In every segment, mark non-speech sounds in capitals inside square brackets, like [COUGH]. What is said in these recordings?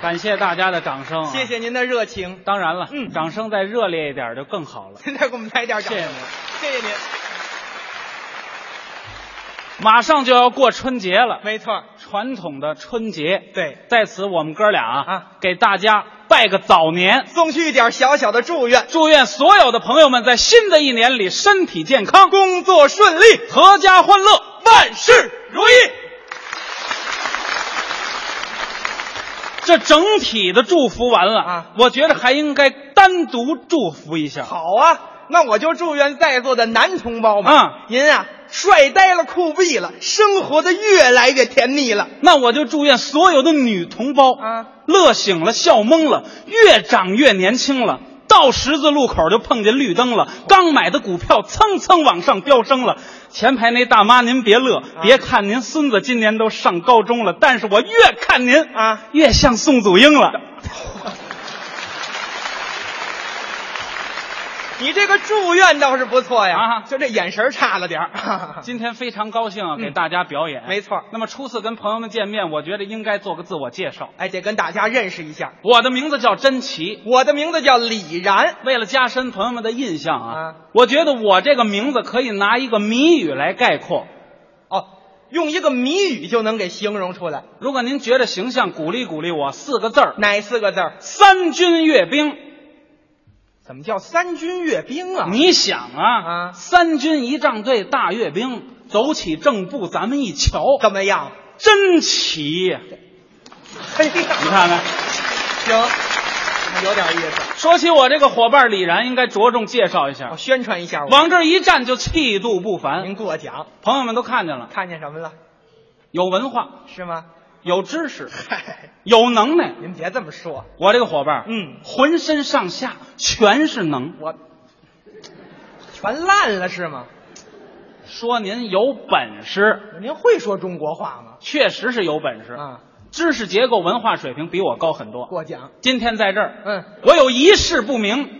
感谢大家的掌声、啊谢。谢您的热情， [LAUGHS] 当然了，嗯掌声再热烈一点就更好了。您再给我们来点掌声，谢谢您谢谢您，马上就要过春节了，没错，传统的春节，对，在此我们哥俩啊，啊给大家拜个早年，送去一点小小的祝愿，祝愿所有的朋友们在新的一年里身体健康，工作顺利，阖家欢乐，万事如意。这整体的祝福完了啊我觉得还应该单独祝福一下。好啊，那我就祝愿在座的男同胞们，嗯您啊，帅呆了，酷毙了，生活的越来越甜蜜了。那我就祝愿所有的女同胞啊，乐醒了，笑懵了，越长越年轻了。到十字路口就碰见绿灯了，刚买的股票蹭蹭往上飙升了。前排那大妈您别啊乐，别看您孙子今年都上高中了，但是我越看您啊，越像宋祖英了。你这个祝愿倒是不错呀，啊就这眼神差了 [LAUGHS] 点儿。今天非常高兴啊，嗯给大家表演。没错那么初次跟朋友们见面，我觉得应该做个自我介绍。哎，得跟大家认识一下，我的名字叫甄奇，我的名字叫李然，为了加深朋友们的印象啊，啊我觉得我这个名字可以拿一个谜语来概括。哦，用一个谜语就能给形容出来，如果您觉得形象，鼓励鼓励我，四个字儿：哪四个字儿？三军阅兵。怎么叫三军阅兵啊？你想啊，啊三军一仗队大阅兵，走起正步，咱们一瞧，怎么样？ [LAUGHS] 真奇。哎呀，你看看，行，有点意思。说起我这个伙伴李然，应该着重介绍一下我。宣传一下我，往这儿一站就气度不凡，您过奖，朋友们都看见了，看见什么了？有文化，是吗？有知识，嗨，有能耐。您别这么说，我这个伙伴，嗯，浑身上下全是能。我全烂了是吗？说您有本事，您会说中国话吗？确实是有本事，啊，知识结构、文化水平比我高很多。过奖。今天在这儿，嗯，我有一事不明，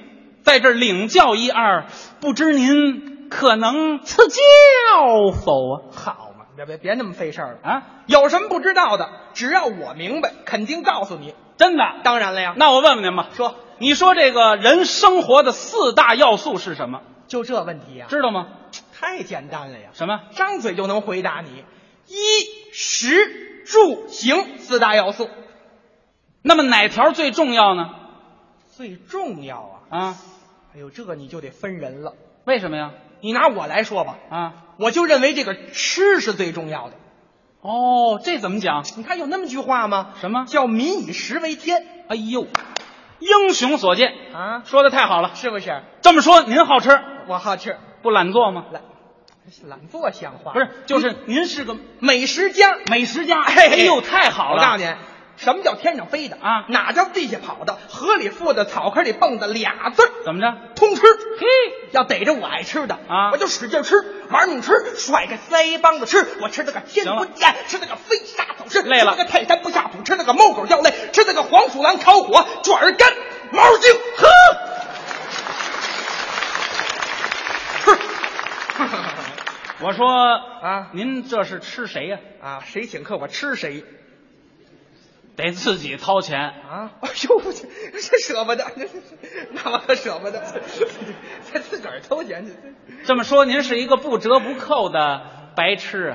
在这儿领教一二，不知您可能赐教否啊？好嘛，别别别那么费事儿了。啊，有什么不知道的，只要我明白，肯定告诉你。真的？当然了呀，那我问问您吧，说你说这个人生活的四大要素是什么？就这问题呀、知道吗？太简单了呀，什么？张嘴就能回答你。衣食住行四大要素那么哪条最重要呢？最重要啊！啊？哎呦，这个你就得分人了。为什么呀？你拿我来说吧，啊？我就认为这个吃是最重要的。哦，这怎么讲？你看有那么句话吗？什么叫“民以食为天哎呦，英雄所见”啊？说的太好了。是不是？这么说，您好吃我好吃，不懒做吗？懒懒做像话不是，就是您是个美食家，美食家。哎哎呦，太好我告诉了！您，什么叫天上飞的啊哪叫地下跑的？河里浮的，草坑里蹦的，俩字儿怎么着？通吃。嘿，要逮着我爱吃的啊我就使劲吃，玩命吃，甩开腮帮子吃。我吃那个天行了不见，吃那个飞沙走石，累了吃那个泰山不下土，吃那个猫狗掉泪，吃那个黄鼠狼烤火，卷儿干，毛精，呵。我说啊您这是吃谁呀？ [LAUGHS] 啊，谁请客我吃谁得自己掏钱。啊！哎呦，我这这舍不得，那我可舍不得，这自个儿掏钱去。这么说，您是一个不折不扣的白痴啊！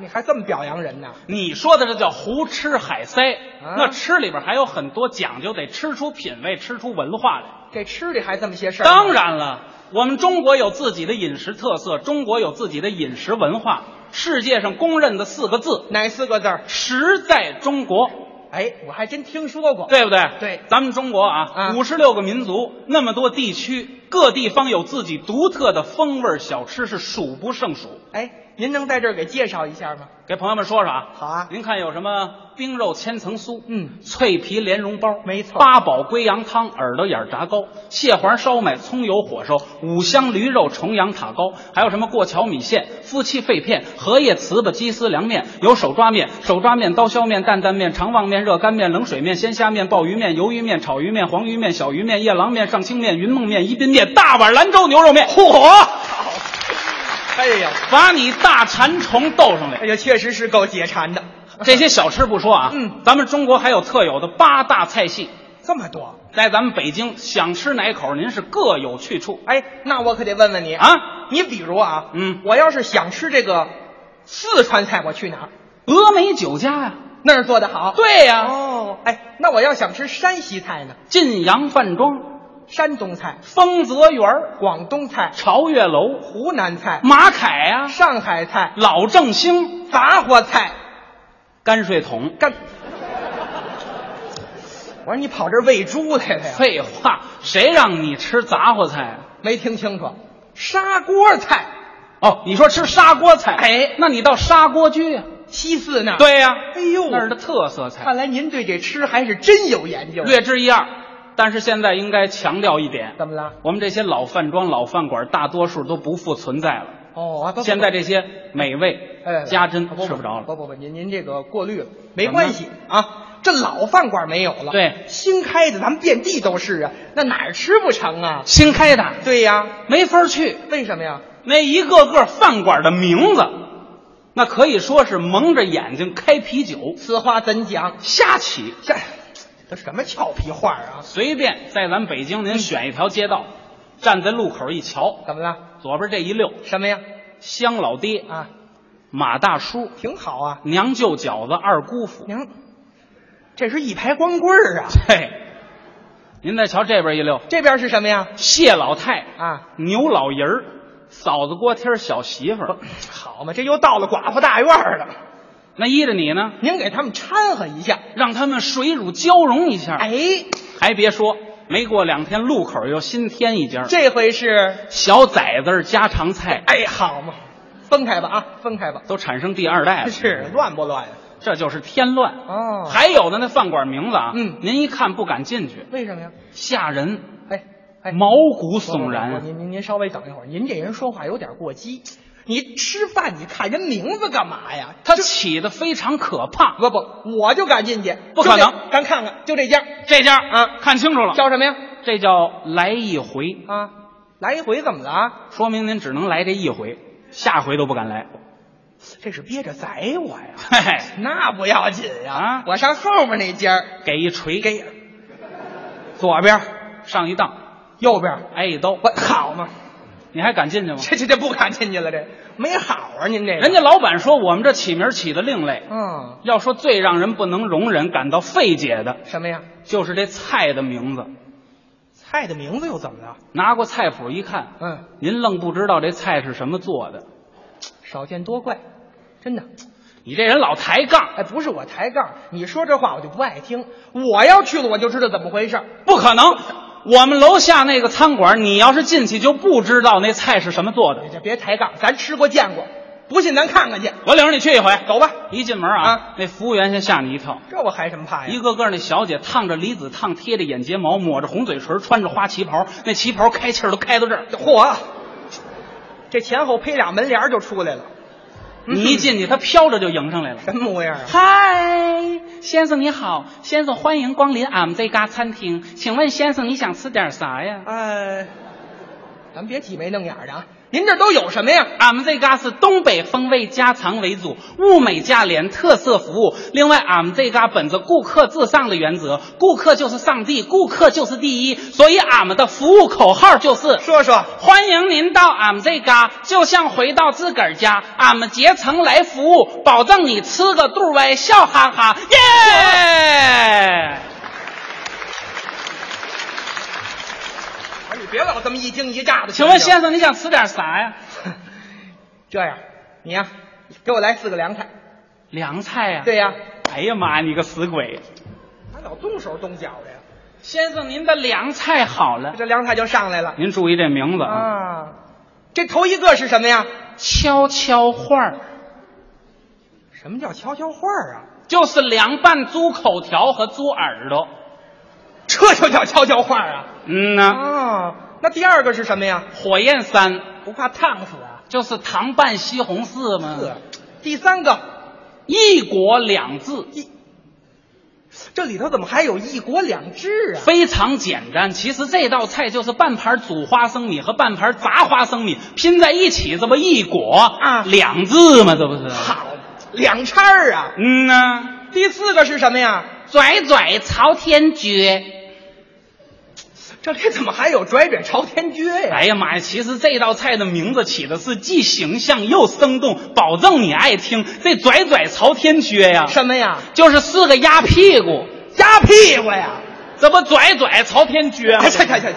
你还这么表扬人呢？你说的这叫胡吃海塞，啊那吃里边还有很多讲究，得吃出品味，吃出文化来。这吃里还这么些事儿？当，然了，我们中国有自己的饮食特色，中国有自己的饮食文化，世界上公认的四个字哪四个字儿？“食在中国哎，我还真听说过。”，对不对？对咱们中国啊，啊五十六个民族，那么多地区，各地方有自己独特的风味小吃，是数不胜数。哎，您能在这儿给介绍一下吗？给朋友们说说啊，好啊您看有什么冰肉千层酥，嗯脆皮莲蓉包，没错八宝龟羊汤、耳朵眼儿炸糕、蟹黄烧麦、葱油火烧、五香驴肉重阳塔糕，还有什么过桥米线、夫妻肺片、荷叶糍粑、鸡丝凉面，有手抓面、手抓面、刀削面、担担面、肠旺面、热干面、冷水面、鲜虾面、鲍鱼面、鱿鱼面、炒鱼面、黄鱼面、小鱼面、夜郎面、上清面、云梦面、宜宾面、大碗兰州牛肉面。嚯！哎呀，把你大馋虫逗上来哎。呀，确实是够解馋的。 [LAUGHS] 这些小吃不说啊，嗯，咱们中国还有特有的八大菜系，这么多，在咱们北京想吃哪口，您是各有去处哎，那我可得问问你，啊。你比如啊，嗯我要是想吃这个四川菜，我去哪儿？峨眉酒家呀、那儿做的好。对啊呀、哦，哎，那我要想吃山西菜呢，晋阳饭庄、山东菜、丰泽园儿、广东菜、朝月楼、湖南菜、马凯呀、上海菜、老正兴、杂货菜，泔水桶。干。我说你跑这儿喂猪来了呀？废话，谁让你吃杂货菜啊？没听清楚，砂锅菜，哦，你说吃砂锅菜？哎那你到砂锅居呀、西四那儿。，对呀、哎呦，那儿的特色菜，看来您对这吃还是真有研究。略知一二。但是现在应该强调一点，怎么了？我们这些老饭庄、老饭馆，大多数都不复存在了。哦，啊不不现在这些美哎味家珍不吃不着了。不不不，您您这个过滤了，没怎么关系啊。这老饭馆没有了，对新开的咱们遍地都是啊，那哪儿吃不成啊？新开的对呀、没法去，为什么呀？那一个个饭馆的名字，那可以说是蒙着眼睛开啤酒，此话怎讲？瞎起。这这什么俏皮话啊？随便在咱北京，您选一条街道，站在路口一瞧，怎么了？左边这一溜，什么呀？香老爹、啊，马大叔、挺好啊。娘舅饺子、二姑父。娘，这是一排光棍儿啊。嘿，您再瞧这边一溜，这边是什么呀？谢老太、啊，牛老爷儿、嫂子郭天儿小媳妇儿，好嘛，这又到了寡妇大院儿了。那依着你呢，您给他们掺和一下。让他们水乳交融一下。哎，还别说，没过两天，路口又新添一家这回是小崽子儿家常菜，哎，好嘛，分开吧啊，分开吧。都产生第二代了， [LAUGHS] 是乱不乱呀？这就是添乱。哦还还有的那饭馆名字啊，嗯您一看不敢进去，为什么呀？吓人，哎哎，毛骨悚不不不然。您您您稍微等一会儿，您这人说话有点过激。你吃饭你看人名字干嘛呀？它起的非常可怕。不不，我就敢进去，不可能就这咱看看，就这家这家啊看清楚了，叫什么呀？这叫来一回，啊，来一回怎么了啊？说明您只能来这一回，下回都不敢来。这是憋着宰我呀？嘿嘿，那不要紧呀，啊我上后面那家儿给一锤，给左边儿、上一当，右边儿，挨一刀，我好嘛？你还敢进去吗？这这这不敢进去了，这没好啊！您这个人家老板说我们这起名起的另类，嗯要说最让人不能容忍、感到费解的，什么呀？就是这菜的名字。菜的名字又怎么了？拿过菜谱一看，嗯，您愣不知道这菜是什么做的。少见多怪，真的。你这人老抬杠，哎，不是我抬杠，你说这话我就不爱听。我要去了，我就知道怎么回事儿。不可能！我们楼下那个餐馆，你要是进去就不知道那菜是什么做的你。这别抬杠，咱吃过见过，不信咱看看去。我领着你去一回，走吧，一进门啊，啊那服务员先吓你一跳，这我还什么怕呀？一个个那小姐烫着离子烫，贴着眼睫毛，抹着红嘴唇，穿着花旗袍，那旗袍开气儿都开到这儿。嚯，这前后配俩门帘儿就出来了，嗯你一进去，她飘着就迎上来了。什么模样啊？嗨，先生你好，先生欢迎光临俺们这家餐厅，请问先生你想吃点啥呀？呃，咱别挤眉弄眼儿的啊，您这都有什么呀？俺们这嘎是东北风味家常为主，物美价廉，特色服务。另外，俺们这嘎本着顾客至上的原则，顾客就是上帝，顾客就是第一，所以俺们的服务口号就是。说说，欢迎您到俺们这嘎，就像回到自个儿家。俺们竭诚来服务，保证你吃个肚儿歪，笑哈哈，耶！哎你别老这么一惊一乍的。请问先生，你想吃点啥呀？生，这样，你呀、给我来四个凉菜。凉菜呀、对呀、哎呀妈，你个死鬼！还老动手动脚的呀，先生，您的凉菜好了。这凉菜就上来了您注意这名字啊，啊。这头一个是什么呀？悄悄话儿什么叫悄悄话啊？就是凉拌猪口条和猪耳朵。这就叫悄悄话啊！嗯呐，啊，那第二个是什么呀？火焰山不怕烫死啊？就是糖拌西红柿嘛呵，，第三个，一国两制这里头怎么还有一国两制啊？非常简单。其实这道菜就是半盘煮花生米和半盘炸花生米拼在一起，这不一国啊两制嘛，这不是？好，两叉儿啊。嗯呐，第四个是什么呀？拽拽朝天撅。这里怎么还有拽拽朝天撅呀？哎呀妈呀！其实这道菜的名字起的是既形象又生动，保证你爱听。这拽拽朝天撅呀，什么呀？就是四个鸭屁股，夹屁股呀！这不拽拽朝天撅吗？啊哎，去去去去去去！